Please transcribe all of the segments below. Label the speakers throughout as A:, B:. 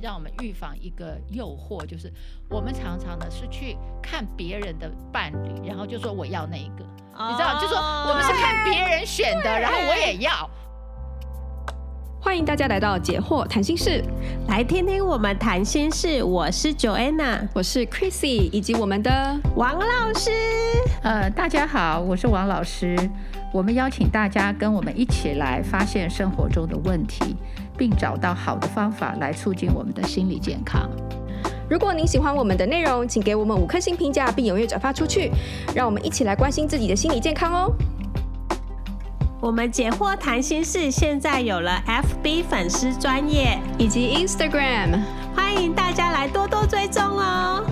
A: 让我们预防一个诱惑，就是我们常常呢是去看别人的伴侣，然后就说我要那一个，你知道，就说我
B: 哦
A: 们是看别人选的，然后我也要。
C: 欢迎大家来到解惑谈心室，
B: 来听听我们谈心事。我是 Joanna，
C: 我是 Chrissy，以及我们的
B: 王老师。
A: 呃，大家好，我是王老师。我们邀请大家跟我们一起来发现生活中的问题，并找到好的方法来促进我们的心理健康。
C: 如果您喜欢我们的内容，请给我们五颗星评价，并踊跃转发出去，让我们一起来关心自己的心理健康哦。
B: 我们解惑谈心事现在有了 FB 粉丝专业，
C: 以及 Instagram，
B: 欢迎大家来多多追踪哦。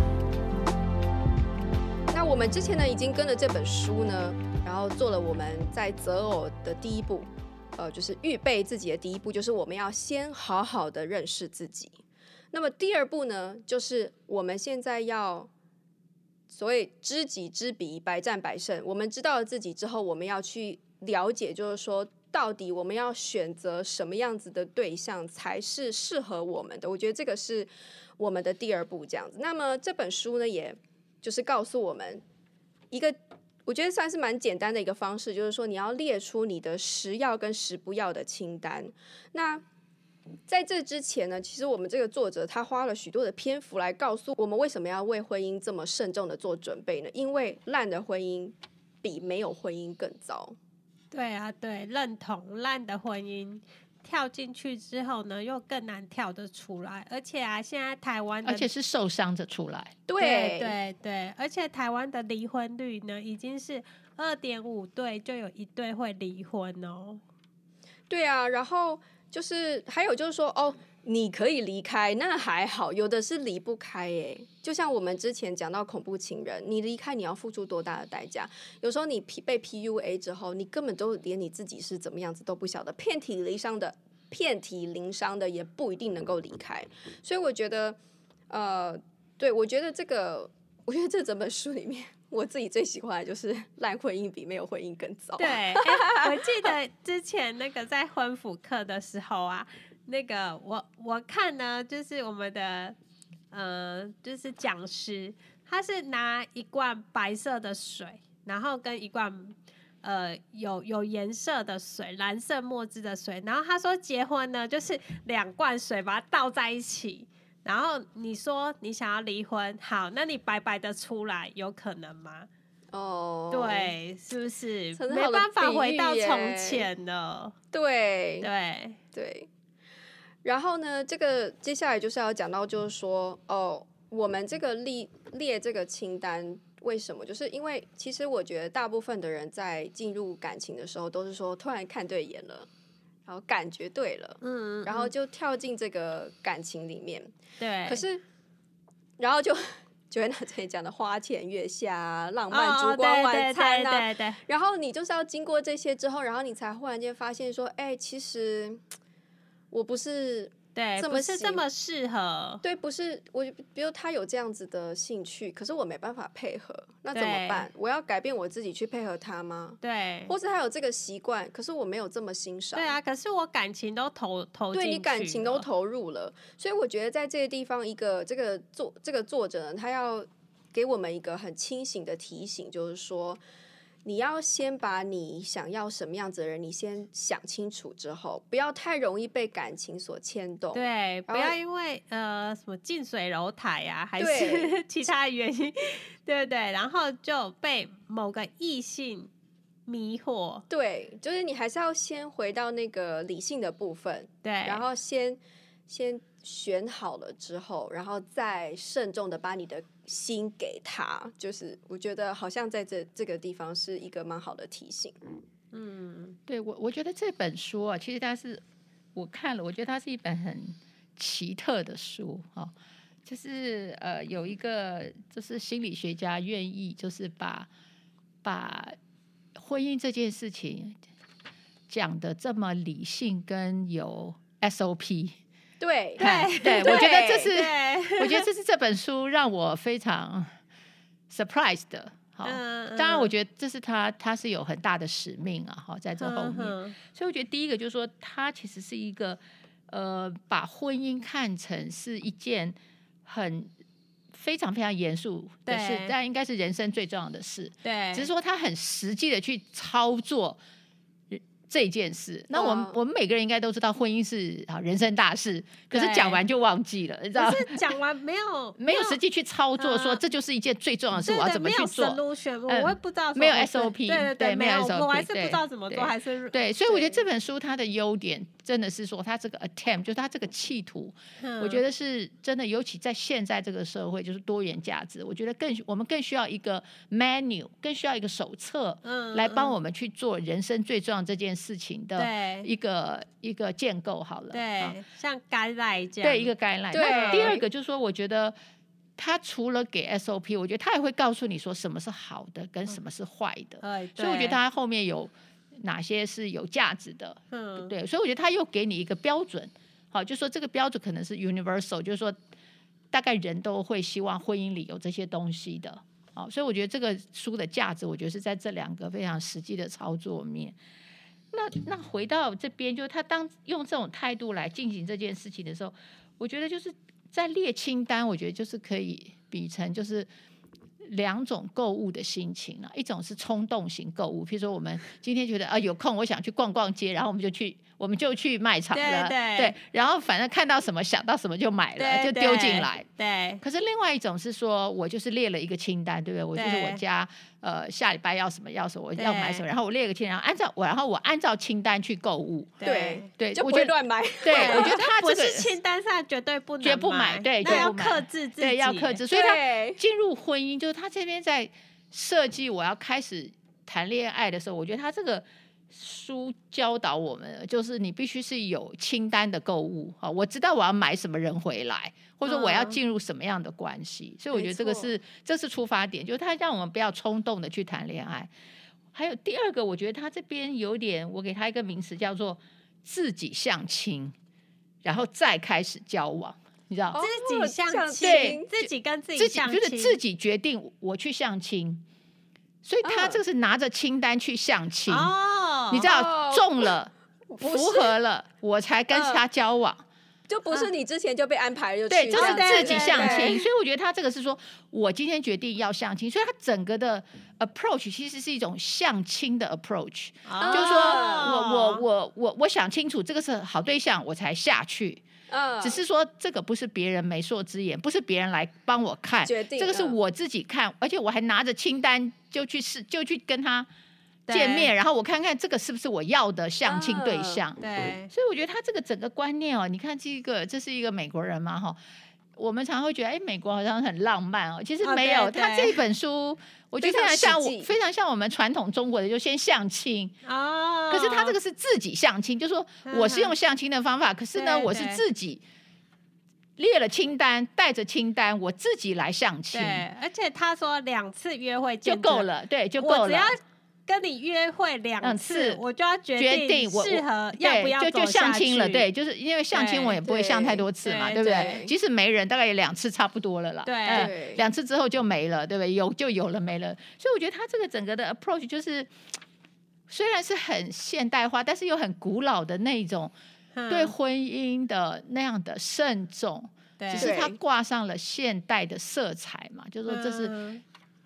C: 那我们之前呢，已经跟了这本书呢，然后做了我们在择偶的第一步，呃，就是预备自己的第一步，就是我们要先好好的认识自己。那么第二步呢，就是我们现在要所谓知己知彼，百战百胜。我们知道了自己之后，我们要去了解，就是说到底我们要选择什么样子的对象才是适合我们的。我觉得这个是我们的第二步，这样子。那么这本书呢，也就是告诉我们一个。我觉得算是蛮简单的一个方式，就是说你要列出你的十要跟十不要的清单。那在这之前呢，其实我们这个作者他花了许多的篇幅来告诉我们为什么要为婚姻这么慎重的做准备呢？因为烂的婚姻比没有婚姻更糟。
B: 对啊，对，认同烂的婚姻。跳进去之后呢，又更难跳得出来，而且啊，现在台湾的
A: 而且是受伤着出来。
B: 对对对，而且台湾的离婚率呢，已经是二点五对就有一对会离婚哦。
C: 对啊，然后就是还有就是说，哦，你可以离开，那还好，有的是离不开耶。就像我们之前讲到恐怖情人，你离开你要付出多大的代价？有时候你 P 被 PUA 之后，你根本都连你自己是怎么样子都不晓得，遍体鳞伤的，遍体鳞伤的也不一定能够离开。所以我觉得，呃，对我觉得这个，我觉得这整本书里面。我自己最喜欢的就是烂婚姻比没有婚姻更糟。
B: 对， 欸、我记得之前那个在婚辅课的时候啊，那个我我看呢，就是我们的嗯、呃，就是讲师，他是拿一罐白色的水，然后跟一罐呃有有颜色的水，蓝色墨汁的水，然后他说结婚呢就是两罐水把它倒在一起。然后你说你想要离婚，好，那你白白的出来有可能吗？
C: 哦，
B: 对，是不是
C: 真的
B: 没
C: 好的
B: 办法
C: 比
B: 回到
C: 喻耶
B: 从前了？
C: 对
B: 对，
C: 对。然后呢，这个接下来就是要讲到，就是说，哦，我们这个列列这个清单，为什么？就是因为其实我觉得大部分的人在进入感情的时候，都是说突然看对眼了，然后感觉对了，
B: 嗯，哎
C: 然后就跳进这个感情里面。
B: 对，
C: 可是，然后就 就会那这里讲的花前月下、啊、浪漫烛光晚餐啊，
B: 哦对对对对
C: 然后你就是要经过这些之后，然后你才忽然间发现说，哎、其实我不是
B: 对，
C: 这
B: 不
C: 么
B: 是
C: 喜
B: 这么适合？
C: 对，不是我，比如他有这样子的兴趣，可是我没办法配合，那怎么
B: 对
C: 办？我要改变我自己去配合他吗？
B: 对，
C: 或是他有这个习惯，可是我没有这么欣赏。
B: 对啊，可是我感情都投投进
C: 对
B: 去了，
C: 你感情都投入了，所以我觉得在这个地方，一个这个作这个作者呢，他要给我们一个很清醒的提醒，就是说，你要先把你想要什么样子的人，你先想清楚之后，不要太容易被感情所牵动。
B: 对，不
C: 然后
B: 要因为呃什么近水楼台呀、还
C: 对
B: 是 其他的原因，对不对？然后就被某个异性迷惑，
C: 对，就是你还是要先回到那个理性的部分，
B: 对，
C: 然
A: 哎
C: 后先先选好了之后，然后再慎重的把你的心给他，就是我觉得好像在这这个地方是一个蛮好的提醒。
B: 嗯，
A: 对我，我觉得这本书啊，其实它是我看了，我觉得它是一本很奇特的书哈、哦，就是呃，有一个就是心理学家愿意就是把把婚姻这件事情讲的这么理性跟有 SOP，
C: 对
A: 对对我觉得这是
B: 对，
A: 我觉得这是这本书让我非常 surprise 的。好，
B: 嗯
A: 当然我觉得这是他他是有很大的使命啊，好在这后面。
B: 嗯哼
A: 所以我觉得第一个就是说，它其实是一个呃，把婚姻看成是一件很非常非常严肃的事
B: 对，
A: 但应该是人生最重要的事。
B: 对，
A: 只是说他很实际的去操作这件事。那我们、
B: 哦
C: 嗯
A: 我们每个人应该都知道，婚姻是啊人生大事，可是讲
B: 对
A: 完就忘记了，你知道
B: 可
A: 吗？
B: 是讲完没有
A: 没有实际去操作，说
B: 嗯
A: 这就是一件最重要的事，
B: 对
A: 我要
B: 对
A: 怎么
B: 没
A: 去
B: 有
A: 做？
B: solution，
A: 嗯
B: 我也不知道
A: 没有
B: 怎么回事
A: SOP
B: 对对
A: 对
B: 没
A: 没有 SOP
B: 我还是不
A: 对
B: 知道怎么做，
A: 对
B: 还是
A: 对，所以我觉得
B: 对
A: 这本书它的优点真的是说，它这个 attempt 就是它这个企图，我觉
B: 得
A: 得是真的，尤其在现在这个社会，就是多元价值，我觉得更我们更需要一个 menu，更需要一个手册，
B: 嗯
A: 来帮
B: 嗯
A: 我们去做人生最重要这件事情的
B: 对
A: 一个一个建构好了。啊
B: 嗯对像该来这样
A: 对一个 guideline。
C: 对
A: 那第二个就是说，我觉得他除了给 SOP，我觉得他也会告诉你说什么是好的，跟什么是坏的。
B: 哎，
A: 所以我觉
B: 嗯对
A: 得他后面有哪些是有价值的，
B: 嗯
A: 对，所以我觉得他又给你一个标准，好，就说这个标准可能是 universal，就是说大概人都会希望婚姻里有这些东西的。好，所以我觉得这个书的价值，我觉得是在这两个非常实际的操作面。那那回到这边，就是他当用这种态度来进行这件事情的时候，我觉得就是在列清单，我觉得就是可以比成就是两种购物的心情了、一种是冲动型购物，譬如说我们今天觉得啊有空，我想去逛逛街，然后我们就去我们就去卖场
B: 对
A: 了，
B: 对
A: 然后反正看到什么想到什么就买了，就
B: 对
A: 丢进
B: 对
A: 来。
B: 对
A: 可是另外一种是说，我就是列了一个清单，对不对？我就是我
B: 对
A: 家呃下礼拜要什么要什么，我要买什么，
B: 对
A: 然后我列个清单，然后按照我然后我按照清单去购物。
C: 对
A: 对，
C: 就
A: 我
C: 不
A: 觉
C: 会
A: 得
C: 乱买。
A: 对，我觉得
B: 这
A: 他
B: 不
A: 这个
B: 是清单上绝对不能
A: 绝不买
B: 买，
A: 对
B: 那
A: 绝
B: 要
A: 不买
B: 克制自己，
A: 对要克 制，所以他
C: 对，
A: 进入婚姻就是他这边在设计我要开始谈恋爱的时候，我觉得他这个。书教导我们，就是你必须是有清单的购物啊，我知道我要买什么人回来，或者我要
B: 嗯
A: 进入什么样的关系，所以我
C: 没
A: 觉得这个
C: 错
A: 是这是出发点，就是他让我们不要冲动的去谈恋爱。还有第二个，我觉得他这边有点，我给他一个名词叫做自己相亲，然后再开始交往，你知道？
C: 哦
B: 自己相
C: 相
B: 亲，
A: 亲
B: 自己跟自
A: 自己
B: 相
A: 就
B: 亲，
A: 是自己决定我去相亲，所以他
C: 嗯
A: 这个是拿着清单去相亲，
B: 哦，
A: 你知道
C: 哦
A: 中了
C: 不
A: 符
C: 是，
A: 合了，我才跟
C: 嗯
A: 他交往。
C: 就不是你之前就被安排就去
A: 嗯对，就
C: 这
A: 是
C: 样
A: 自己
B: 对
A: 相亲。
B: 对
A: 所以我觉得他这个是说，我今天决定要相亲，所以他整个的 approach 其实是一种相亲的 approach，、
B: 哦，
A: 就是说我我我我我想清楚这个是好对象，我才下去。
C: 嗯，
A: 只是说这个不是别人媒妁之言，不是别人来帮我看，
C: 决定
A: 这个是
C: 嗯
A: 我自己看，而且我还拿着清单就去试，就去跟他
B: 对
A: 见面，然后我看看这个是不是我要的相亲对
C: 嗯
A: 象。
B: 对
A: 所以我觉得他这个整个观念哦，你看这个这是一个美国人嘛哈，我们常会觉得哎，美国好像很浪漫哦，其实
B: 啊
A: 没有。
B: 对
A: 他
B: 对
A: 这本 书我觉得非常
C: 非常
A: 像
C: 实
A: 我
C: 际
A: 非常像我们传统中国的，就先相亲。
B: 哦，
A: 可是他这个是自己相亲，就说
B: 嗯
A: 我是用相亲的方法，可是呢，
B: 对
A: 我是
B: 对
A: 自己列了清单，带着清单，我自己来相亲
B: 对，而且他说两次约会
A: 就
B: 见证
A: 够，了，对，就
B: 我
A: 够
B: 只
A: 了
B: 要。跟你约会两
A: 两
B: 次
A: 次，
B: 我就要决
A: 决定我
B: 适合要不
A: 对，
B: 要
A: 就就
B: 走下
A: 相亲了，
B: 去
A: 对，就是因为相亲
B: 对
A: 我也不会相太多次嘛，对
B: 对
A: 不
C: 对
A: 对？即使没人，大概也两次差不多了啦。
B: 对
A: 嗯
C: 对
A: 两次之后就没了，对不对？有就有了，没了。所以我觉得他这个整个的 approach 就是，虽然是很现代化，但是又很古老的那种
B: 嗯
A: 对婚姻的那样的慎重，
B: 对，
A: 只是他
C: 对
A: 挂上了现代的色彩嘛，就是说这是
B: 嗯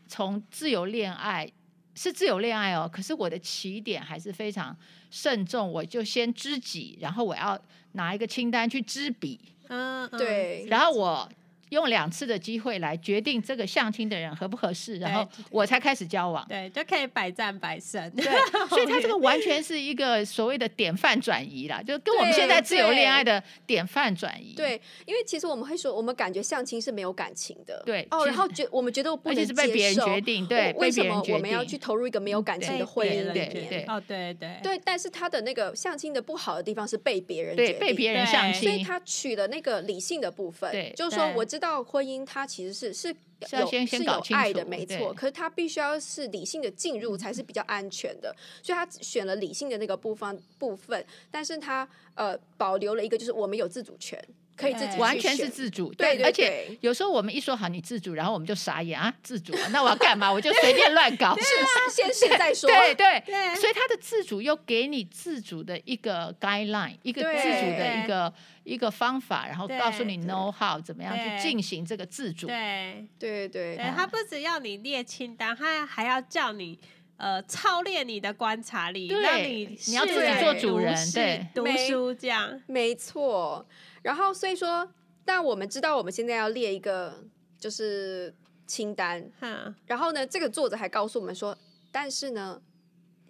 A: 从自由恋爱是自由恋爱哦，可是我的起点还是非常慎重，我就先知己，然后我要拿一个清单去知彼，
B: 嗯嗯
C: 对，
A: 然后我用两次的机会来决定这个相亲的人合不合适，然后我才开始交往。
B: 对，就可以百战百胜。
A: 对，所以他这个 完全是一个所谓的典范转移啦，就跟我们现在自由恋爱的典范转移。
C: 对，因为其实我们会说，我们感觉相亲是没有感情的，
A: 对
C: 哦，
A: 其
C: 然
A: 实
C: 后觉我们觉得我不
A: 而
C: 能
A: 且是被别人
C: 接受
A: 决定对
C: 我为
A: 被
C: 什
A: 别人
C: 么
A: 决
C: 我们要
A: 定嗯
C: 去投入一个没有感情
B: 被
C: 的婚
B: 别
C: 姻
B: 人
C: 里
A: 决
C: 面？
A: 定
B: 哦，对对
C: 对，但是他的那个相亲的不好的地方是被别人决
A: 对，
C: 定
A: 被别人
B: 对
A: 相
C: 所以
A: 亲
C: 他取了那个理性的部分，
A: 对
C: 就是说
B: 对
C: 我知道婚姻它其实是是
A: 是要
C: 有
A: 先先
C: 是
A: 搞
C: 有
A: 清
C: 爱的，
A: 楚
C: 没
A: 对
C: 错。可是它必须要是理性的进入才是比较安全的，所以他选了理性的那个部分部分，但是他呃保留了一个就是我们有自主权。可以自己
B: 对
C: 去
A: 完全是
C: 选
A: 自主，
C: 对对
A: 而且
C: 对
A: 有时候我们一说好你自主，然后我们就傻眼啊，自主啊，那我要干嘛？我就随便乱 搞，
C: 是先试再 说。
A: 对对
B: 啊对
A: 所以他的自主又给你自主的一个 guideline，一个
C: 对
A: 自主的
B: 对
A: 一个一个方法，然后
B: 对
A: 告诉你
B: 对
A: know how 怎么样
B: 对
A: 去进行这个自主。
B: 对
C: 对对
B: 对，他不只要你列清单，他还要叫你呃操练你的观察力，
A: 对
B: 让你
A: 你要
B: 视
C: 自己做
B: 野
A: 主
B: 如
A: 人
B: 是
A: 对
B: 读
C: 没
B: 书这样，
C: 没错。然后所以说，那我们知道我们现在要列一个就是清单，
B: 哼，
C: 然后呢，这个作者还告诉我们说，但是呢，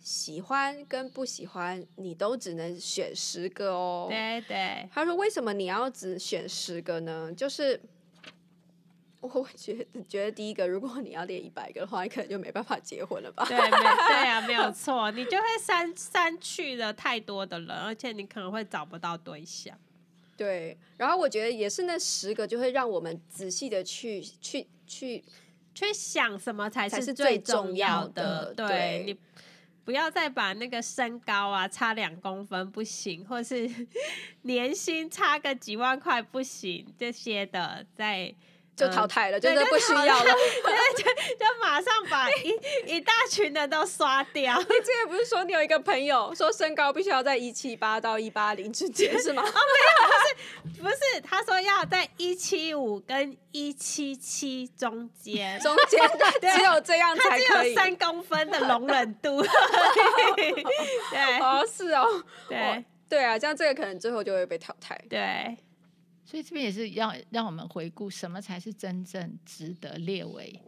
C: 喜欢跟不喜欢你都只能选十个哦。
B: 对对，
C: 他说：“为什么你要只选十个呢？就是我我觉得觉得第一个，如果你要列一百个的话，你可能就没办法结婚了 吧？
B: 对，没对啊，没有错，你就会删删去了太多的人，而且你可能会找不到对象。
C: 对。然后我觉得也是那十个，就会让我们仔细的去去去，
B: 去想什么才
C: 才是
B: 最
C: 最重要
B: 要
C: 的
B: 对
C: 对
B: 你不要再把那个身高啊差两公分不行，或是 年薪差个几万块不行这些的，再
C: 就
B: 嗯
C: 淘汰了，
B: 对
C: 真的
B: 就
C: 不需
B: 淘汰
C: 要了。
B: 就马上把一一大群人都刷掉。
C: 你之前不是说你有一个朋友说身高必须要在一七八到一八零之间 是吗？
B: 不是，他说要在一七五跟一七七中间，
C: 中 间啊只有这样
B: 他
C: 才
B: 只
C: 可以
B: 有。三公分的容忍 度。对
C: 哦，是哦，
B: 对
C: 对啊，这样这个可能最后就会被淘汰。
B: 对
A: 所以这边也是让让我们回顾什么才是真正值得列为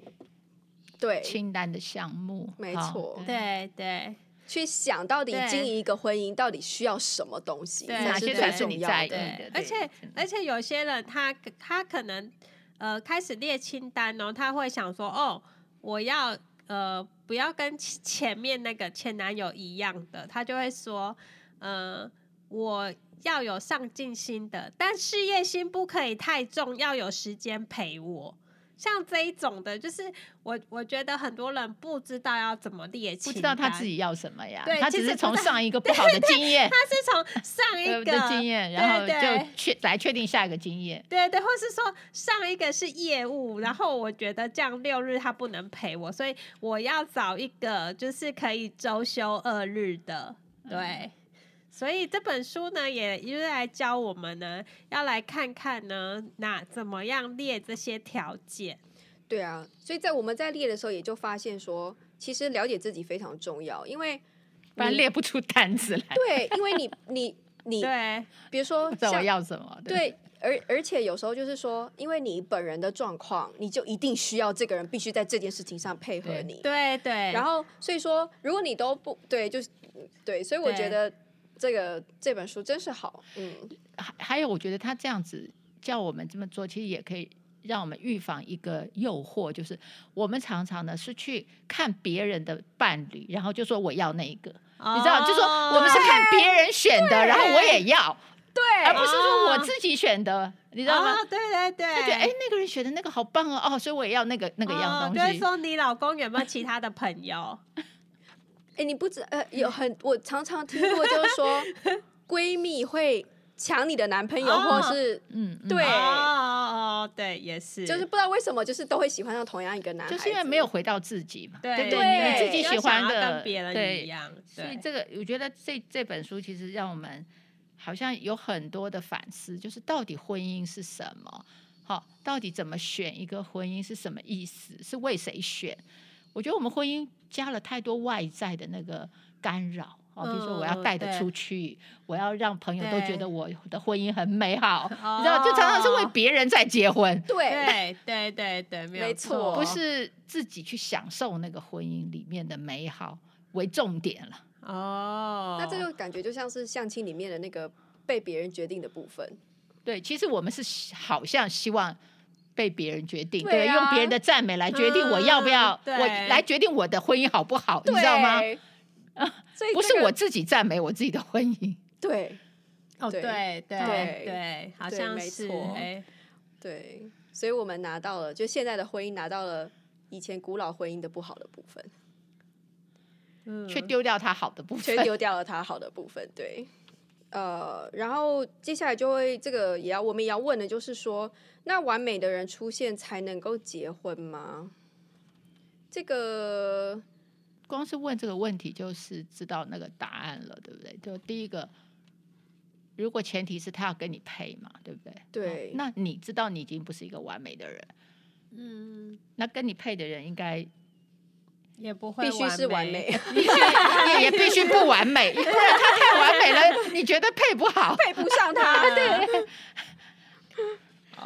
C: 对，
A: 清单的项目。嗯
C: 没
A: 好
C: 错
B: 对对
C: 去想到底
B: 对
C: 经营一个婚姻到底需要什么东西，
B: 对
A: 哪
C: 是
A: 些
C: 最
A: 才是
C: 重
A: 你
C: 要
A: 在意
C: 的。
A: 的
B: 对，？而且
A: 对
B: 而且有些人他他可能呃开始列清单哦，他会想说哦，我要呃不要跟前前面那个前男友一样的，他就会说呃我。要有上进心的，但事业心不可以太重，要有时间陪我。像这一种的，就是我我觉得很多人不知道要怎么列清
A: 不知
B: 单，
A: 道他自己要什么呀
B: 对？
A: 他
B: 其
A: 只
B: 实
A: 是
B: 不
A: 从
B: 知道
A: 上一个不好的经验
B: 他是从上一
A: 呃
B: 个
A: 的经验，然后
B: 对对
A: 就确来确定下一个经验。
B: 对对，或是说上一个是业务，然后我觉得这样六日他不能陪我，所以我要找一个就是可以周休二日的，
A: 嗯
B: 对。所以这本书呢，也就是来教我们呢，要来看看呢，那怎么样列这些条件。
C: 对啊，所以在我们在列的时候，也就发现说，其实了解自己非常重要，因为
A: 不
B: 嗯
A: 然列不出单子 来，
C: 对，因为你你你，
B: 对
C: 比如说
A: 不知道我
C: 像
A: 要什么。不，
C: 对。而而且有时候就是说，因为你本人的状况，你就一定需要这个人必须在这件事情上配合
A: 对
C: 你。
B: 对对，
C: 然后所以说，如果你都不对，就是对，所以我觉
B: 对
C: 得这个这本书真是好，嗯，
A: 还还有，我觉得他这样子叫我们这么做，其实也可以让我们预防一个诱惑，就是我们常常呢是去看别人的伴侣，然后就说我要那一个，你知道，就说我们是
B: 哦
A: 看别人选的，然后我也要，
C: 对
A: 而不是说我自己选的，你知道吗？
B: 哦哦对对对，
A: 就觉得哎，那个人选的那个好棒哦，哦，所以我也要那个那个样
B: 哦就
A: 东
B: 是
A: 西。
B: 说你老公有没有其他的朋友？
C: 哎、你不知呃，有很我常常听过，就是 说闺蜜会抢你的男朋友，
B: 哦
C: 或是
A: 嗯，嗯
C: 对
B: 哦哦哦，对，也是，
C: 就是不知道为什么，就是都会喜欢上同样一个男孩子，
A: 就是因为没有回到自己嘛，
B: 对
A: 不
C: 对
A: 你自己
C: 不
A: 喜欢
B: 不要想要
A: 的，
B: 跟别
A: 对
B: 人一样，
A: 所以
B: 对
A: 这个，我觉得这这本书其实让我们好像有很多的反思，就是到底婚姻是什么？好，到底怎么选一个婚姻是什么意思？是为谁选？我觉得我们婚姻加了太多外在的那个干扰。哦，比如说我要
B: 嗯
A: 带得
B: 对
A: 出去，我要让朋友都觉
B: 对
A: 得我的婚姻很美好，
B: 哦
A: 你知道，就常常是为别人在结婚，
C: 对
B: 对 对对对，没有
C: 没错
B: 错，
A: 不是自己去享受那个婚姻里面的美好为重点了。
B: 哦，
C: 那这就感觉就像是相亲里面的那个被别人决定的部分，
A: 对，其实我们是希好像希望被别人决定，
C: 对啊
A: 用别人的赞美来决定我要不要，
B: 嗯
A: 我
B: 对
A: 来决定我的婚姻好不好，你知道吗？ 啊
C: 对？ 所以
A: 不
C: 这
A: 是
C: 个
A: 我自己赞美我自己的婚姻，
C: 对
B: 哦，
C: 对
B: 对对
C: 对
B: 对，好
C: 对
B: 像
C: 没
B: 是
C: 错
B: 哎，
C: 对，所以我们拿到了，就现在的婚姻拿到了以前古老婚姻的不好的部分，
B: 嗯
C: 嗯
A: 却丢掉它好的部分
C: 却。丢掉了它好的部分，对。呃，然后接下来就会这个也要我们也要问的，就是说，那完美的人出现才能够结婚吗？这个
A: 光是问这个问题，就是知道那个答案了，对不对？就第一个，如果前提是他要跟你配嘛，对不对？
C: 对
A: 那你知道你已经不是一个完美的人，
B: 嗯，
A: 那跟你配的人应该
B: 也不会
C: 必须是完美，，
A: 也也必须不完美，不然他太完美了，你觉得配不好？
C: 配不上他。对，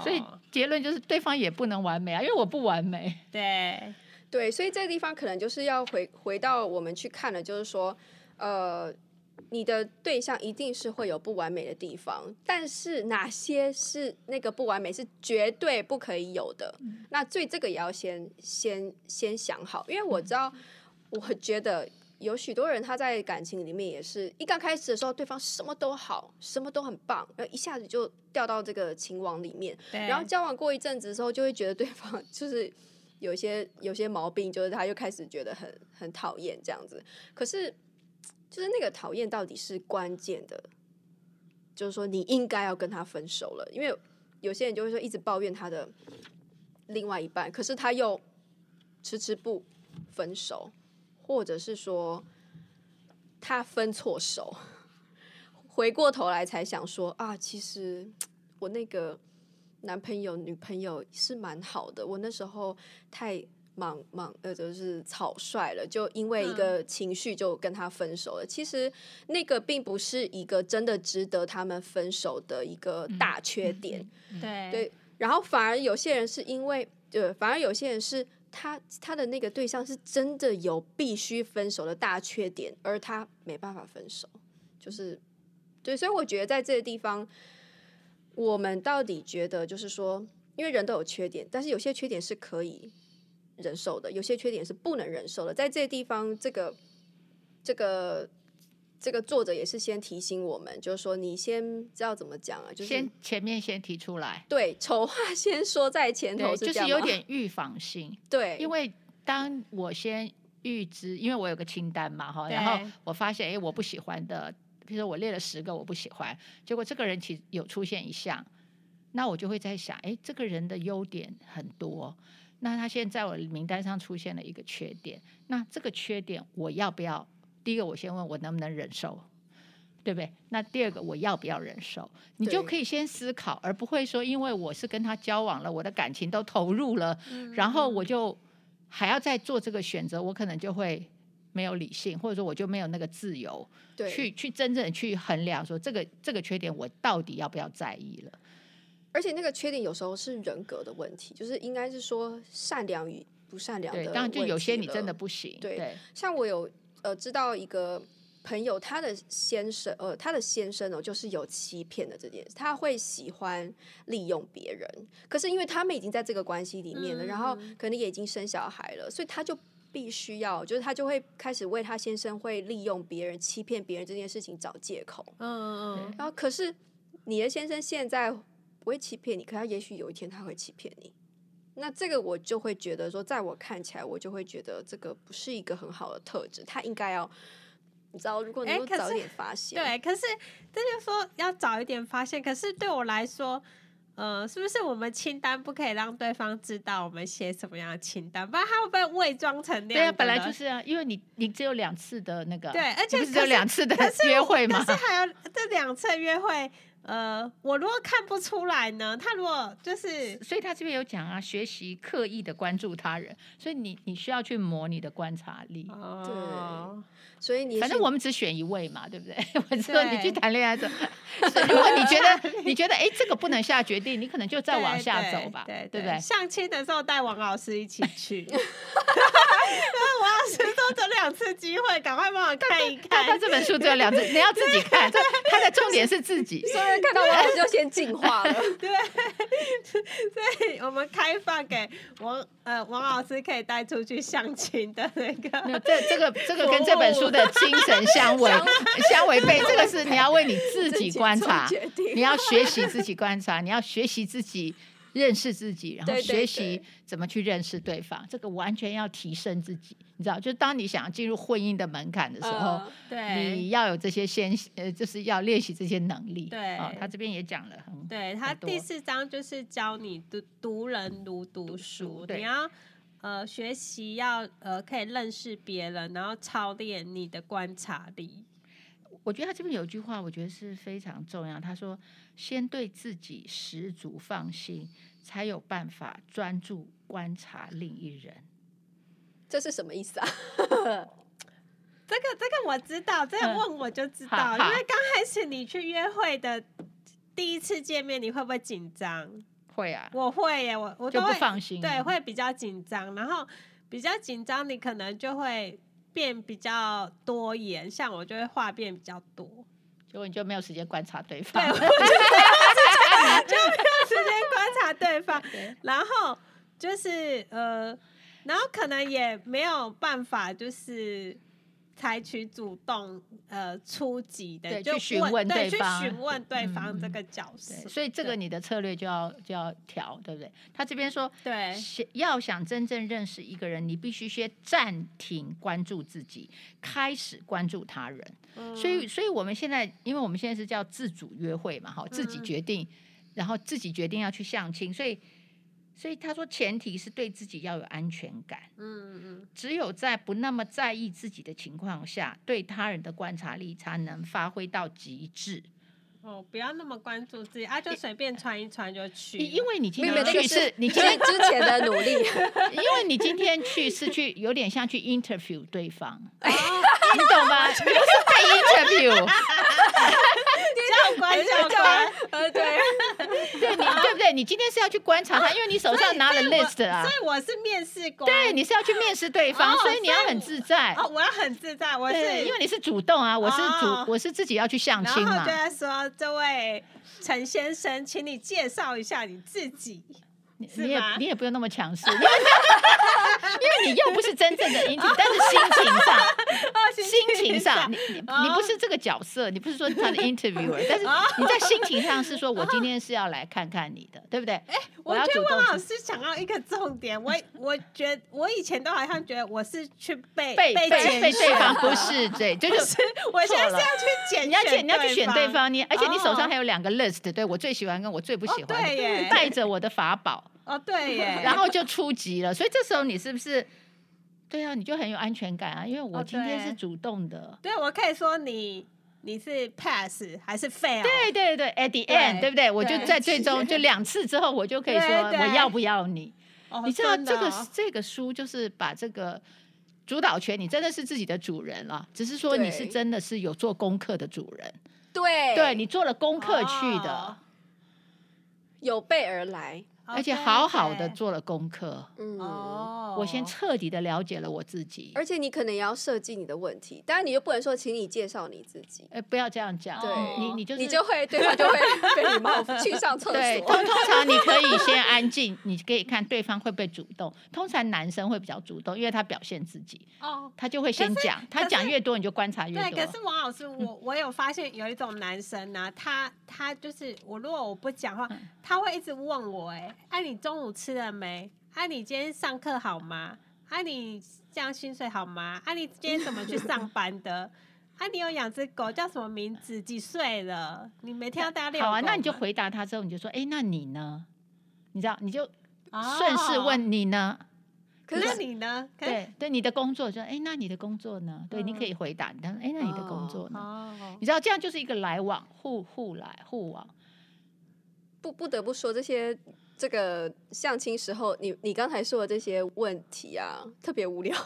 A: 所以
B: 哦
A: 结论就是对方也不能完美啊，因为我不完美。
B: 对，
C: 对，所以这个地方可能就是要回回到我们去看的，就是说，呃，你的对象一定是会有不完美的地方，但是哪些是那个不完美是绝对不可以有的？那最这个也要先先先想好，因为我知道，我觉得。有许多人他在感情里面也是一刚开始的时候，对方什么都好，什么都很棒，然后一下子就掉到这个情网里面，
B: 对
C: 然后交往过一阵子之后，就会觉得对方 就是有一些有些毛病，就是他就开始觉得很很讨厌这样子。可是，就是那个讨厌到底是关键的，就是说你应该要跟他分手了，因为有些人就会说一直抱怨他的另外一半，可是他又迟迟不分手，或者是说他分错手，回过头来才想说啊，其实我那个男朋友、女朋友是蛮好的，我那时候太莽莽呃，就是草率了，就因为一个情绪就跟他分手了。其实那个并不是一个真的值得他们分手的一个大缺点，
B: 对
C: 对然后反而有些人是因为，呃，反而有些人是他他的那个对象是真的有必须分手的大缺点，而他没办法分手，就是对，所以我觉得在这个地方，我们到底觉得就是说，因为人都有缺点，但是有些缺点是可以忍受的，有些缺点是不能忍受的，在这个地方，这个这个。这个作者也是先提醒我们，就是说你先知道怎么讲啊，就是
A: 先前面先提出来，
C: 对，丑话 先说在前头
A: 对，就
C: 是这
A: 是
C: 样吗
A: 有点预防性，
C: 对，
A: 因为当我先预知，因为我有个清单嘛哈，然后
B: 对
A: 我发现哎，诶我不喜欢的，比如说我列了十个我不喜欢，结果这个人其实有出现一项，那我就会在想，哎，这个人的优点很多，那他现在在我的名单上出现了一个缺点，那这个缺点我要不要？第一个我先问我能不能忍受。对不对？那第二个我要不要忍受？你就
C: 对
A: 可以先思考，而不会说因为我是跟他交往了，我的感情都投入了，
C: 嗯
A: 然后我就还要再做这个选择，我可能就会没有理性，或者说我就没有那个自由
C: 对
A: 去去真正地去衡量说这个这个缺点我到底要不要在意了。
C: 而且那个缺点有时候是人格的问题，就是应该是说善良与不善良的
A: 对，
C: 问题了。
A: 当然就有些你真的不行，
C: 对
A: 对
C: 像我有呃知道一个朋友，他的先生呃他的先生哦就是有欺骗的这件事，他会喜欢利用别人，可是因为他们已经在这个关系里面了，然后
B: 嗯
C: 可能也已经生小孩了，所以他就。必须要，就是他就会开始为他先生会利用别人、欺骗别人这件事情找借口。
B: 嗯嗯
C: 然后可是你的先生现在不会欺骗你，可他也许有一天他会欺骗你。那这个我就会觉得说，在我看起来，我就会觉得这个不是一个很好的特质，他应该要，你知道，如果能
B: 哎
C: 够
B: 可
C: 早
B: 是
C: 点发现，
B: 对，可是这就说要早一点发现，可是对我来说。呃，是不是我们清单不可以让对方知道我们写什么样的清单？不然他会被伪装成那
A: 对啊，
B: 样的
A: 本
B: 人。
A: 来就是啊，因为你你只有两次的那个，
B: 对而
A: 你
B: 且
A: 不是
B: 可
A: 只有
B: 是
A: 两次的
B: 可是
A: 约会吗
B: 但？是还有这两次约会，呃，我如果看不出来呢，他如果就是
A: 所以他这边有讲啊，学习刻意的关注他人，所以你你需要去磨你的观察力。
B: 哦，
C: 所以你
A: 反正
C: 是
A: 我们只选一位嘛，对不对？ 我知道你去
B: 对
A: 谈恋爱 的时候，所以如果你觉 得你觉得哎这个不能下决定，你可能就再往
B: 对
A: 下
B: 对
A: 走吧，
B: 对
A: 不对？
B: 相亲的时候带王老师一起 去， 因为王老师说这两次机会，赶快 帮我看一
A: 他他
B: 看。
A: 这本书只有 两次，你要自己看，这他的重点是自己。
C: 所有人 看到
A: 啊
C: 我老师就先进化了，
B: 对，我们开放给王呃王老师可以带出去相亲的那
A: 没有
B: 个，
A: 这这个这个跟这本书的精神 相违相违背，这个 是你要为你自己观察
C: 自己做决，定
A: 你要学习自己观察，你要学习自己认识自己，然后
C: 对对
A: 学习
C: 对
A: 怎么去认识对方，这个完全要提升自己。你知道，就是当你想要进入婚姻的门槛的时候，
B: 哦
C: 呃
A: 你
B: 对
A: 要有这些先呃，就是要练习这些能力。
B: 对
A: 啊、他这边也讲了很
B: 对，他
A: 很多
B: 第四章就是教你读读人如
A: 书
B: 读书，
A: 对
B: 你要呃学习要呃可以认识别人，然后操练你的观察力。
A: 我觉得他这边有一句话，我觉得是非常重要。他说：“先对自己十足放心，才有办法专注观察另一人。
C: 这是什么意思啊？
B: 这个这个我知道，这个
A: 嗯
B: 问我就知
A: 好
B: 道，
A: 好
B: 因为刚开始你去约会的第一次见面，你会不会紧张？”
A: 会啊，
B: 我会耶，我我
A: 就
B: 都
A: 不
B: 会
A: 放心。
B: 对，会比较紧张，然后比较紧张，你可能就会变比较多言，像我就会话变比较多，
A: 结果你就没有时间观察对方。
B: 时间观察对方，
A: 对
B: 然后就是呃，然后可能也没有办法，就是采取主动呃出击的，
A: 对
B: 就
A: 去询
B: 问
A: 问
B: 对
A: 对方
B: 去询问对
A: 嗯
B: 方这
A: 嗯
B: 个角
A: 对
B: 色，
A: 所以这个
B: 对
A: 你的策略就要就要调，对不对？他这边说，
B: 对
A: 想要想真正认识一个人，你必须先暂停关注自己，开始关注他人。
B: 嗯
A: 所以，所以我们现在，因为我们现在是叫自主约会嘛，哈，自己
B: 嗯
A: 决定，然后自己决定要去相亲，所以，所以他说，前提是对自己要有安全感。
B: 嗯嗯
A: 只有在不那么在意自己的情况下，对他人的观察力才能发挥到极致。
B: 嗯，哦，不要那么关注自己啊，就随便穿一穿就去了，
A: 因因为你今
C: 没有，
A: 天
C: 没有那
A: 去
C: 个
A: 是
C: 是，
A: 你今
C: 之
A: 天
C: 之前的努 力，
A: 因为你今天去是去有点像去 interview 对 方，
B: 哦
A: 你懂吗？你就是 被 interview，
B: 教官哎教官。
C: 呃，对，
A: 对你对不对？你今天是要去观察他，因为你手上拿了
B: 所以我
A: list 啊
B: 所，以我是面试官。
A: 对，你是要去面试对方，
B: 哦
A: 所以你要
B: 所以
A: 很
B: 我
A: 自在。
B: 哦，我要很自在，我是
A: 对，因为你是主动啊，我是
B: 哦
A: 主，我是自己要去相
B: 然
A: 亲
B: 后
A: 嘛
B: 就。在说这位陈先生，请你介绍一下你自己。
A: 你
B: 是
A: 你也
B: 吗
A: 你也不用那么强势，因为 因为你又不是真
B: 哦
A: 正的 i n 但是心情上，心情上，你你
B: 哦
A: 你不是这个角色，你不是说他的 interviewer，但是你在心情上是说我今天是要来看看你的，对不对？我
B: 哎我
A: 要
B: 觉得
A: 主
B: 汪
A: 动
B: 老
A: 自
B: 师讲到一个重点，我 我觉得我以前都好像觉得我是去被
A: 被被
B: 被
A: 被对方
B: 不
A: 不，是对，就
B: 不
A: 是
B: 是。我现在
A: 错
B: 是
A: 了
B: 要去拣，
A: 你要去，你要去选对
B: 对。
A: 方，你而且你手上
B: 哦
A: 还有两个 list，对我最喜欢跟我最不喜
B: 哦
A: 欢的
B: 对耶
A: 带着我的法宝，
B: 哦，对耶。
A: 然后就出击了。所以这时候你是不是？对啊，你就很有安全感啊，因为我
B: 哦
A: 今天
B: 对
A: 是主动的。
B: 对我可以说你你是 pass 还是 fail？
A: 对对对，at the
B: 对
A: end，对不对？我就
B: 对
A: 在最终就两次之后，我就可以说
B: 对对
A: 我要不要你。
B: 哦，
A: 你知道
B: 真的
A: 这个
B: 哦
A: 这个书就是把这个主导权，你真的是自己的主人了，只是说你
C: 对
A: 是真的是有做功课的主人，
C: 对，
A: 对你做了功课去
B: 哦
A: 的，
C: 有备而来，
B: 哦
A: 而且
B: 对
A: 好好的
B: 对
A: 做了功课。
C: 嗯。
B: 哦，
A: 我先彻底的了解了我自己，
C: 而且你可能也要设计你的问题，当然你就不能说，请你介绍你自己，
A: 呃，不要这样讲
C: 对，
A: 你你就是
C: 你就会对方就会被你冒去上厕
A: 对，
C: 所
A: 通。通常你可以 先安静，你可以看对方会不会主动。通常男生会比较主动，因为他表现自己，
B: 哦，
A: 他就会先
B: 可是
A: 讲，他
B: 可是
A: 讲越多你就观察越
B: 对，
A: 多嗯
B: 可。是王老师，我我有发现有一种男生呢、他他就是我，如果我不讲话，
A: 嗯
B: 他会一直问我、哎，哎、你中午吃了没？哎、你今天上课好吗？哎、你这样薪水好吗？哎、你今天怎么去上班的？哎、你有养只狗叫什么名字？几岁了？你每天要带它遛
A: 好啊，
B: 狗
A: 那你就
B: 吗
A: 回答他之后，你就说：“哎，那你呢？”你知道，你就
B: 哦
A: 顺势问你呢？
C: 可
B: 那
C: 是
B: 你呢？可
A: 对对，你的工作就哎，那你的工作呢？对，你可
B: 嗯
A: 以回答他说：“哎，那你的工作呢？”
B: 哦
A: 你知道，这样就是一个来往，互互来互往。
C: 不不得不说，这些这个相亲时候，你你刚才说的这些问题啊，特别无聊。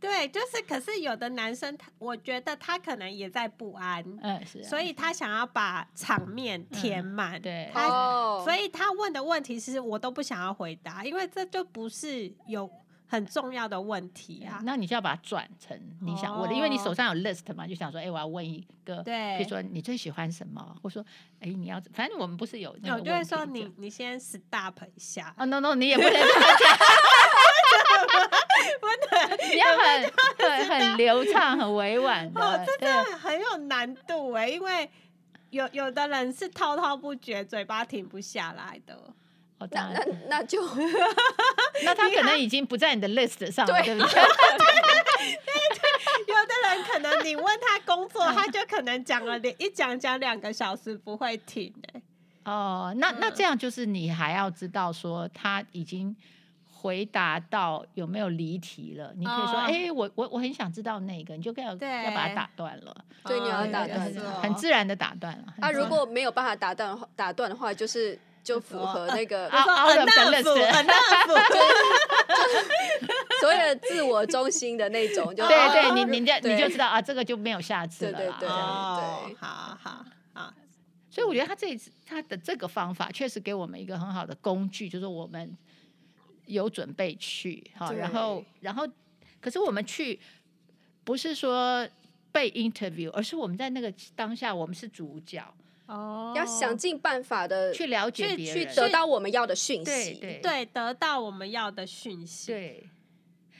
B: 对，就是，可是有的男生他，我觉得他可能也在不安，
A: 嗯，是啊，嗯
B: 所以他想要把场面填满、
A: 对
B: 他
C: 哦
B: 所以他问的问题其实我都不想要回答，因为这就不是有很重要的问题啊。
A: 嗯那你就要把它转成你想问的，因为你手
B: 哦
A: 上有 list 嘛，就想说，哎、我要问一个，
B: 对
A: 比如说你最喜欢什么，或者说，哎、你要，反正我们不是有那
B: 那
A: 个
B: 哦我就会
A: 问题
B: 说
A: 这
B: 你
A: 样，
B: 你先 stop 一下，
A: 哦，no no，你也不能这样讲，你要很很很流畅、很委婉的，
B: 哦，这
A: 对啊
B: 欸真的很有难度哎、因为有有的人是滔滔不绝，嘴巴停不下来的。
A: 哦，当
C: 那那
A: 然，
C: 那就
A: 那他可能已经不在你的 list 上了，对
C: 对
A: 不对？
B: 有的人可能你问他工作，他就可能讲了两一讲讲两个小时不会停、欸。
A: 哦，那那
B: 嗯
A: 这样就是你还要知道说他已经回答到有没有离题了。你可以说，
B: 哦
A: 哎、我我我很想知道那个，你就要要
B: 对
A: 把它打断了，
C: 对你要
B: 哦
C: 打
B: 有
A: 对
B: 的
C: 断
A: 很
B: 时
C: 了
B: 候
A: 很自然的打断了。很
C: 啊，
A: 自
C: 如
A: 然
C: 果没有办法打断的话打断的话，就是就符合那个
A: 啊
B: 说
A: out of the
B: enough
A: list
B: enough，
C: 所谓的自我中心的那种，就
A: 对对，
C: 啊
A: 你你就你就
C: 对
A: 知道啊，这个就没有下次
C: 对
A: 了
C: 对
A: 啦
C: 对
A: 这样
B: 哦
C: 对，
B: 好好好，
A: 所以我觉得他这一次他的这个方法确实给我们一个很好的工具，就是我们有准备去哈，
C: 对
A: 然后然后可是我们去不是说被 interview，而是我们在那个当下我们是主角，
B: 哦
C: 要想尽办法的
A: 去了解
B: 去
A: 别
C: 呃去
A: 人，
C: 得到我们要的讯
A: 对
C: 息。
A: 对
B: 对得到我们要的讯息。
A: 对。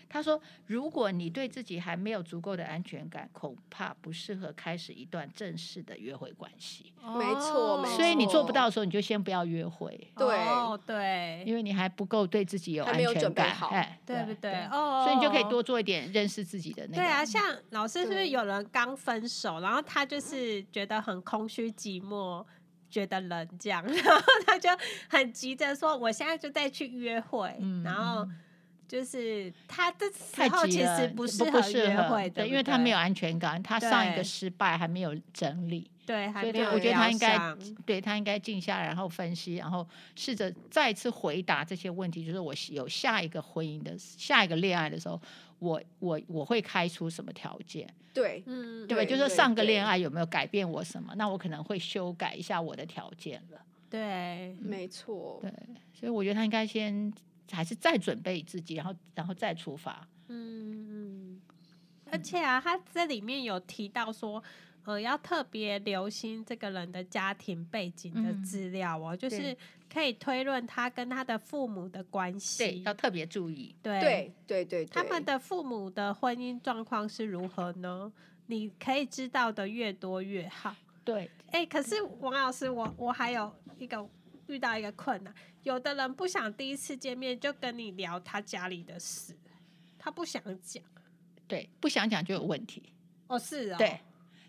A: 他说：“如果你对自己还没有足够的安全感，恐怕不适合开始一段正式的约会关系。
B: 哦，
C: 没错没
A: 所以你做不
C: 错
A: 到的时候，你就先不要约会。
C: 对
B: 哦对，
A: 因为你还不够对自己有
C: 还
A: 安
C: 没有
A: 全
C: 准备
A: 感，
C: 好
A: 哎，
B: 对不对？哦，
A: 所以你就可以
B: 哦
A: 多做一点认识自己的那个。嗯
B: 对啊，像老师是不是
C: 对
B: 有人刚分手，然后他就是觉得很空虚寂寞，觉得冷这样， 然后他就很急着说：“我现在就再去约会。
A: 嗯
B: 然后
A: 嗯
B: 就是他这
A: 太
B: 时候
A: 急
B: 其
A: 了
B: 实
A: 不
B: 适
A: 不
B: 合
A: 适
B: 约
A: 合
B: 会，对不
A: 因为他没有
B: 对
A: 安全感，他上一个
B: 对
A: 失败还没有整理，
B: 对，还
A: 所以
B: 没
A: 他
B: 有
A: 我觉得
B: 疗
A: 他应该
B: 伤
A: 对他应该静下来，然后分析，然后试着再次回答这些问题，就是我有下一个婚姻的下一个恋爱的时候，我我我会开出什么条件，
C: 对
B: 嗯，
A: 对吧？
C: 对
A: 就是说
C: 对
A: 上个恋
C: 对
A: 爱有没有改变我什么？那我可能会修改一下我的条件了。
B: 对
A: 嗯
C: 没错，
A: 对，所以我觉得他应该先还是再准备自己，然后然后再出发。
B: 嗯，嗯，而且啊，他这里面有提到说，呃，要特别留心这个人的家庭背景的
A: 嗯
B: 资料哦，就
A: 对
B: 是可以推论他跟他的父母的关
A: 对，
B: 系
A: 要。特别注意。
B: 对
C: 对对对，
B: 他们
C: 对
B: 的父母的婚姻状况是如何呢？你可以知道的越多越好。
A: 对，
B: 哎、可是王老师，我我还有一个遇到一个困难，有的人不想第一次见面就跟你聊他家里的事，他不想讲。
A: 对，不想讲就有问题。
B: 哦，是哦，
A: 对，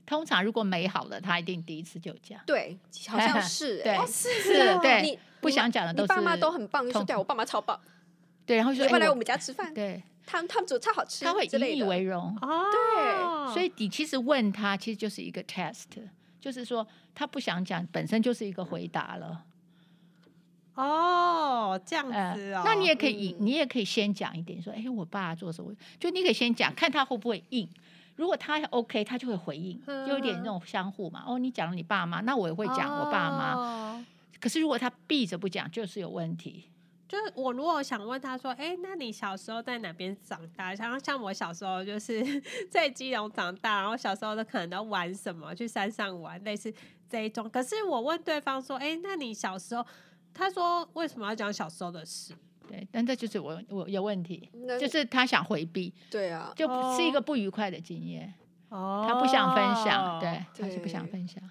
A: 通常如果美好的，他一定第一次就讲。
C: 对，好像是
A: 对
C: 哎，
B: 哦，是
A: 是
B: 哦，
A: 对
C: 你
A: 不想讲的
C: 你
A: 都是
C: 爸妈都很棒，说
A: 痛
C: 对我爸妈超棒，
A: 对，然后就
C: 你
A: 说
C: 要不
A: 哎
C: 要来
A: 我
C: 我们家吃饭？
A: 对，
C: 他们他们煮超好吃，
A: 他会
C: 之类
A: 引以
C: 的
A: 为荣。
B: 哦，
A: 所以你其实问他，其实就是一个 test，就是说他不想讲，本身就是一个回答了。
B: 哦，这样
A: 呃
B: 子哦，
A: 那你也可以，
C: 嗯
A: 你也可以先讲一点，说，哎，我爸做什么？就你可以先讲，看他会不会应。如果他 OK，他就会回应，
C: 嗯
A: 就有点那种相互嘛。哦，你讲了你爸妈，那我也会讲我爸妈。
C: 哦
B: 妈。
A: 可是如果他避着不讲，就是有问题。
B: 就是我如果想问他说，哎、那你小时候在哪边长大？像像我小时候就是 在基隆长大，然后小时候都可能都玩什么，去山上玩，类似这一种。可是我问对方说，哎、那你小时候？他说为什么要讲小时候的事？
A: 对，但这就是我我有问题，
C: 那
A: 就是他想回避，
C: 对啊，
A: 就
B: 哦
A: 是一个不愉快的经验，
B: 哦
A: 他不想分享，对，，他是不想
C: 哦对
A: 分享。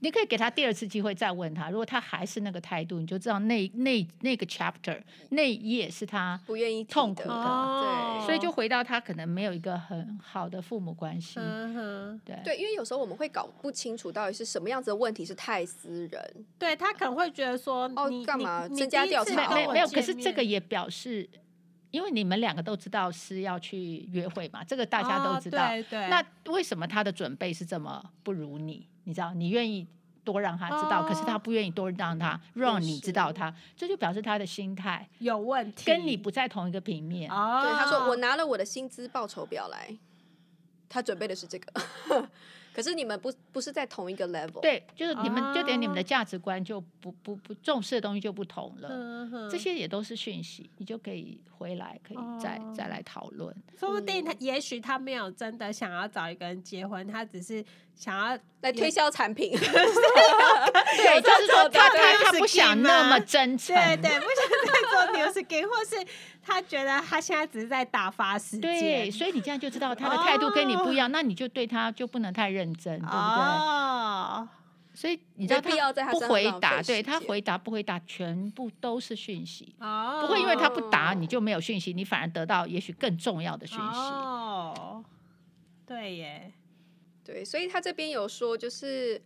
A: 你可以给他第二次机会再问他，如果他还是那个态度，你就知道那那那个 chapter 那一页是他
C: 不愿意提
A: 痛苦
C: 的
A: 的
B: 哦
A: 所以就回到他可能没有一个很好的父母关系，
B: 嗯哼，
A: 对
C: 对，因为有时候我们会搞不清楚到底是什么样子的问题是太私人，
B: 对他可能会觉得说
C: 哦
B: 你，
C: 干嘛
B: 你你
C: 增加
B: 第一次
C: 调
A: 没
C: 查哦
B: 跟
A: 没
B: 我
A: 没有，可
B: 见
A: 是这个
B: 面
A: 也表示，因为你们两个都知道是要去约会嘛，这个大家都
B: 哦
A: 知道。
B: 对对，
A: 那为什么他的准备是这么不如你？你知道，你愿意多让他知道，可是他
B: 哦
A: 不愿意多让他让你知道
C: 是
A: 他，这就表示他的心态
B: 有问题，
A: 跟你不在同一个平面。
B: 哦，
C: 对，他说我拿了我的薪资报酬表来，他准备的是这个， 可是你们不不是在同一个 level，，
A: 对，就是你们，就等于你们的
B: 哦
A: 价值观就不不不重视的东西就不同了。
B: 嗯哼
A: 这些也都是讯息，你就可以回来，可以再、
B: 哦
A: 再来讨论。
B: 说不定他，也许他没有真的想要找一个人结婚，他只是想 要
C: 来推销产品，
A: 对，就是说
C: 种
A: 他
B: 的
A: 他他不
B: risky
A: 想那
B: 吗
A: 么真诚，
B: 对对，不想再做牛 s k 或是他觉得他现在只是在打发时
A: 对
B: 间，
A: 所以你这样就知道他的态度跟你不一样，那你就对他就不能太认真，对不对？
B: 哦，
A: 所以你知道
C: 没必要在他
A: 不
C: 身上
A: 回
C: 浪
A: 答，
C: 费
A: 对
C: 时
A: 他
C: 间
A: 回答不回答全部都是讯息，
B: 哦，
A: 不会因为他不答
C: 哦
A: 你就没有讯息，你反而得到也许更重要的讯息。
B: 哦，对耶，
C: 对，所以他这边有说，就是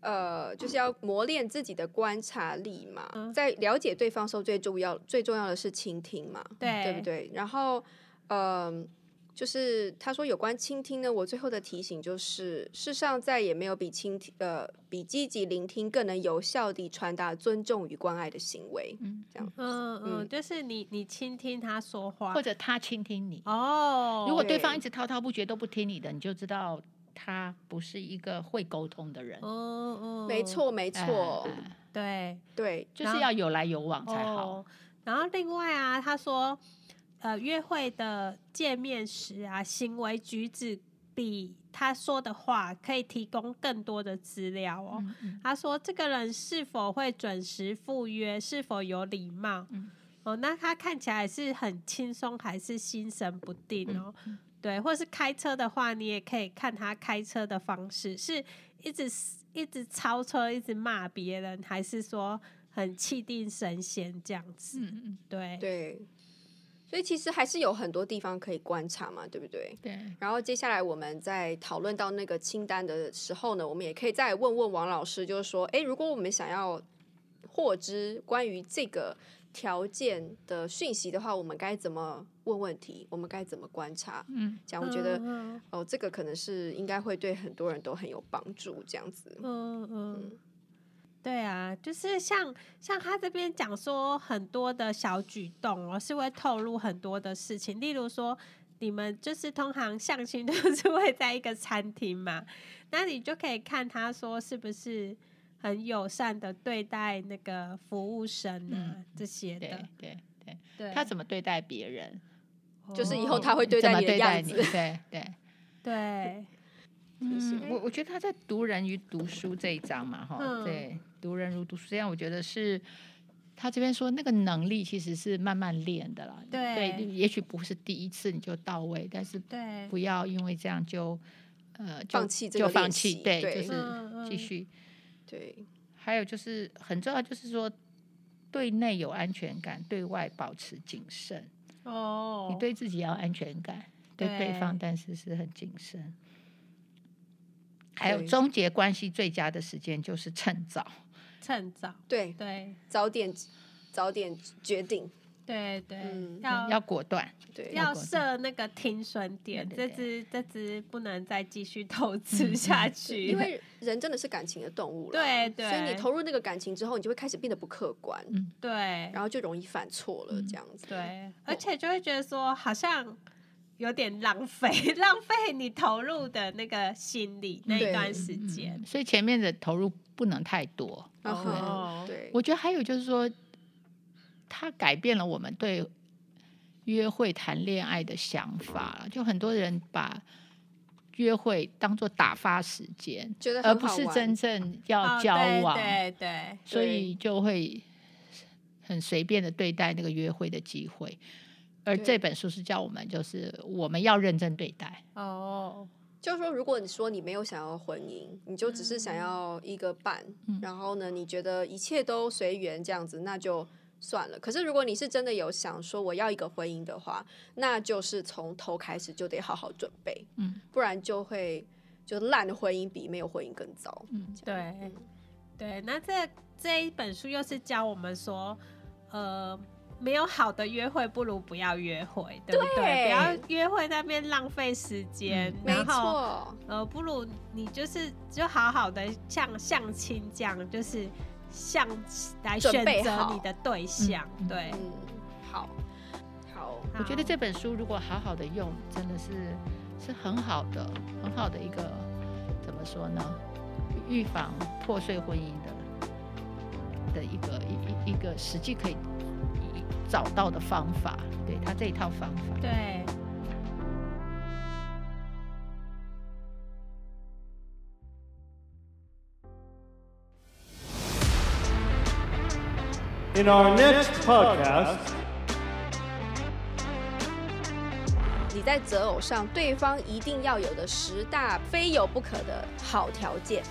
C: 呃，就是要磨练自己的观察力嘛，在了解对方的时候，最重要最重要的是倾听嘛，
B: 对
C: 嗯对不对？然后，嗯、就是他说有关倾听呢，我最后的提醒就是，世上再也没有比倾听呃比积极聆听更能有效地传达尊重与关爱的行为。
A: 嗯，
C: 这样
B: 嗯嗯，
C: 嗯
B: 就是你你倾听他说话
A: 或，者他倾听你，
B: 哦，
A: 如果对
C: 对
A: 方一直滔滔不绝都不听你的，你就知道他不是一个会沟通的人。
B: 嗯嗯，
C: 没，错，没
A: 哎
C: 错，
A: 哎
B: 对，
C: 对，
A: 就是要有来有往才好。
B: 哦。然后另外啊，他说，呃，约会的见面时啊，行为举止比他说的话可以提供更多的资料哦。
A: 嗯嗯
B: 他说，这个人是否会准时赴约，是否有礼貌？
A: 嗯
B: 哦，那他看起来是很轻松，还是心神不定哦？
A: 嗯
B: 对，或是开车的话，你也可以看他开车的方式，是一直一直超车，一直骂别人，还是说很气定神闲这样子？
A: 嗯嗯，
B: 对，
C: 对，所以其实还是有很多地方可以观察嘛，对不对？
A: 对，
C: 然后接下来我们在讨论到那个清单的时候呢，我们也可以再问问王老师，就是说，诶，如果我们想要获知关于这个条件的讯息的话，我们该怎么问问题？我们该怎么观察？
A: 嗯，
C: 这啊样我觉得，
B: 嗯
C: 哦，这个可能是应该会对很多人都很有帮助，这样子。
B: 嗯嗯，对啊，就是像像他这边讲说很多的小举动哦，是会透露很多的事情，例如说。你们就是通常相亲都是会在一个餐厅嘛， 那你就可以看他说是不是很友善的对待那个服务生啊、这些
A: 对
B: 的，
A: 对对，
B: 对，
A: 他怎么对待别人，
C: 就是以
B: 哦
C: 后他会对
A: 怎
C: 待
A: 么
C: 你的
A: 对待
C: 样
A: 你，
C: 子，
A: 对对。
B: 对，
C: 就是
A: 嗯，我我觉得他在“读人与读书”这一章嘛，哈、
B: 嗯
A: 对，“读人如读书”这样，我觉得是他这边说那个能力其实是慢慢练的啦。
B: 对
A: 也许不是第一次你就到位，但是
B: 对，
A: 不要因为这样就呃就
C: 放弃这
A: 就
C: 个
A: 放
C: 练
A: 弃，
C: 习
A: 对，
C: 对
A: 就
B: 嗯
A: 是继
B: 嗯
A: 续。
C: 对
A: 还有就是很重要，就是说对内有安全感，对外保持谨慎。
B: 哦，
A: 你对自己要有安全感，对对方但是是很谨慎。还有
C: 对
A: 终结关系最佳的时间就是趁早，
B: 趁早，
C: 对，
B: 对
C: 早点早点决定，
B: 对对，
C: 嗯
B: 要
A: 要果断。
C: 对，
B: 要
A: 果断
B: 设那个停损点，
A: 对对嗯
B: 这只这只不能再继续投资下去，
C: 因为人真的是感情的动物啦，
B: 对对
C: 所以你投入那个感情之后，你就会开始变得不客观，
A: 嗯
B: 对
C: 然后就容易犯错了，
A: 嗯
C: 这样子。
B: 对，而且就会觉得说好像有点浪费， 浪费你投入的那个心理那一
C: 对
B: 段时间
A: 嗯，所以前面的投入不能太多。
C: 然
B: 哦
C: 后嗯对，
A: 我觉得还有就是说，它改变了我们对约会、谈恋爱的想法了。就很多人把约会当做打发时间，
C: 觉得
A: 而
C: 很
A: 不
C: 好
A: 是
C: 玩
A: 真正要
B: 哦
A: 交往。
B: 对对对，
A: 所
C: 对
A: 以就会很随便的对待那个约会的机会。而
C: 对
A: 这本书是叫我们，就是我们要认真对待。
B: 哦，
C: 就是说，如果你说你没有想要婚姻，你就只是想要一个伴，
A: 嗯
C: 然后呢，你觉得一切都随缘这样子，那就算了。可是如果你是真的有想说我要一个婚姻的话，那就是从头开始就得好好准备，
A: 嗯
C: 不然就会就烂的婚姻比没有婚姻更糟。
A: 嗯，
C: 这样
B: 对对，那这这一本书又是教我们说，呃，没有好的约会，不如不要约会，对不对？
C: 对
B: 不要约会那边浪费时间，
A: 嗯
C: 没
B: 然后
C: 错，
B: 呃，不如你就是就好好的像相亲这样，就是像来
C: 准
B: 选
C: 备
B: 择
C: 好
B: 你的对象，
A: 嗯
B: 对。
C: 嗯，好，好。
A: 我觉得
B: 好
A: 这本书如果好好的用，真的是是很好的，很好的一个怎么说呢？预防破碎婚姻的的一个一一一个实际可以找到的方法，对他这一套方法。
B: 对。
D: In our next podcast,
C: 你在择偶上，对方一定要有的十大非有不可的好条件。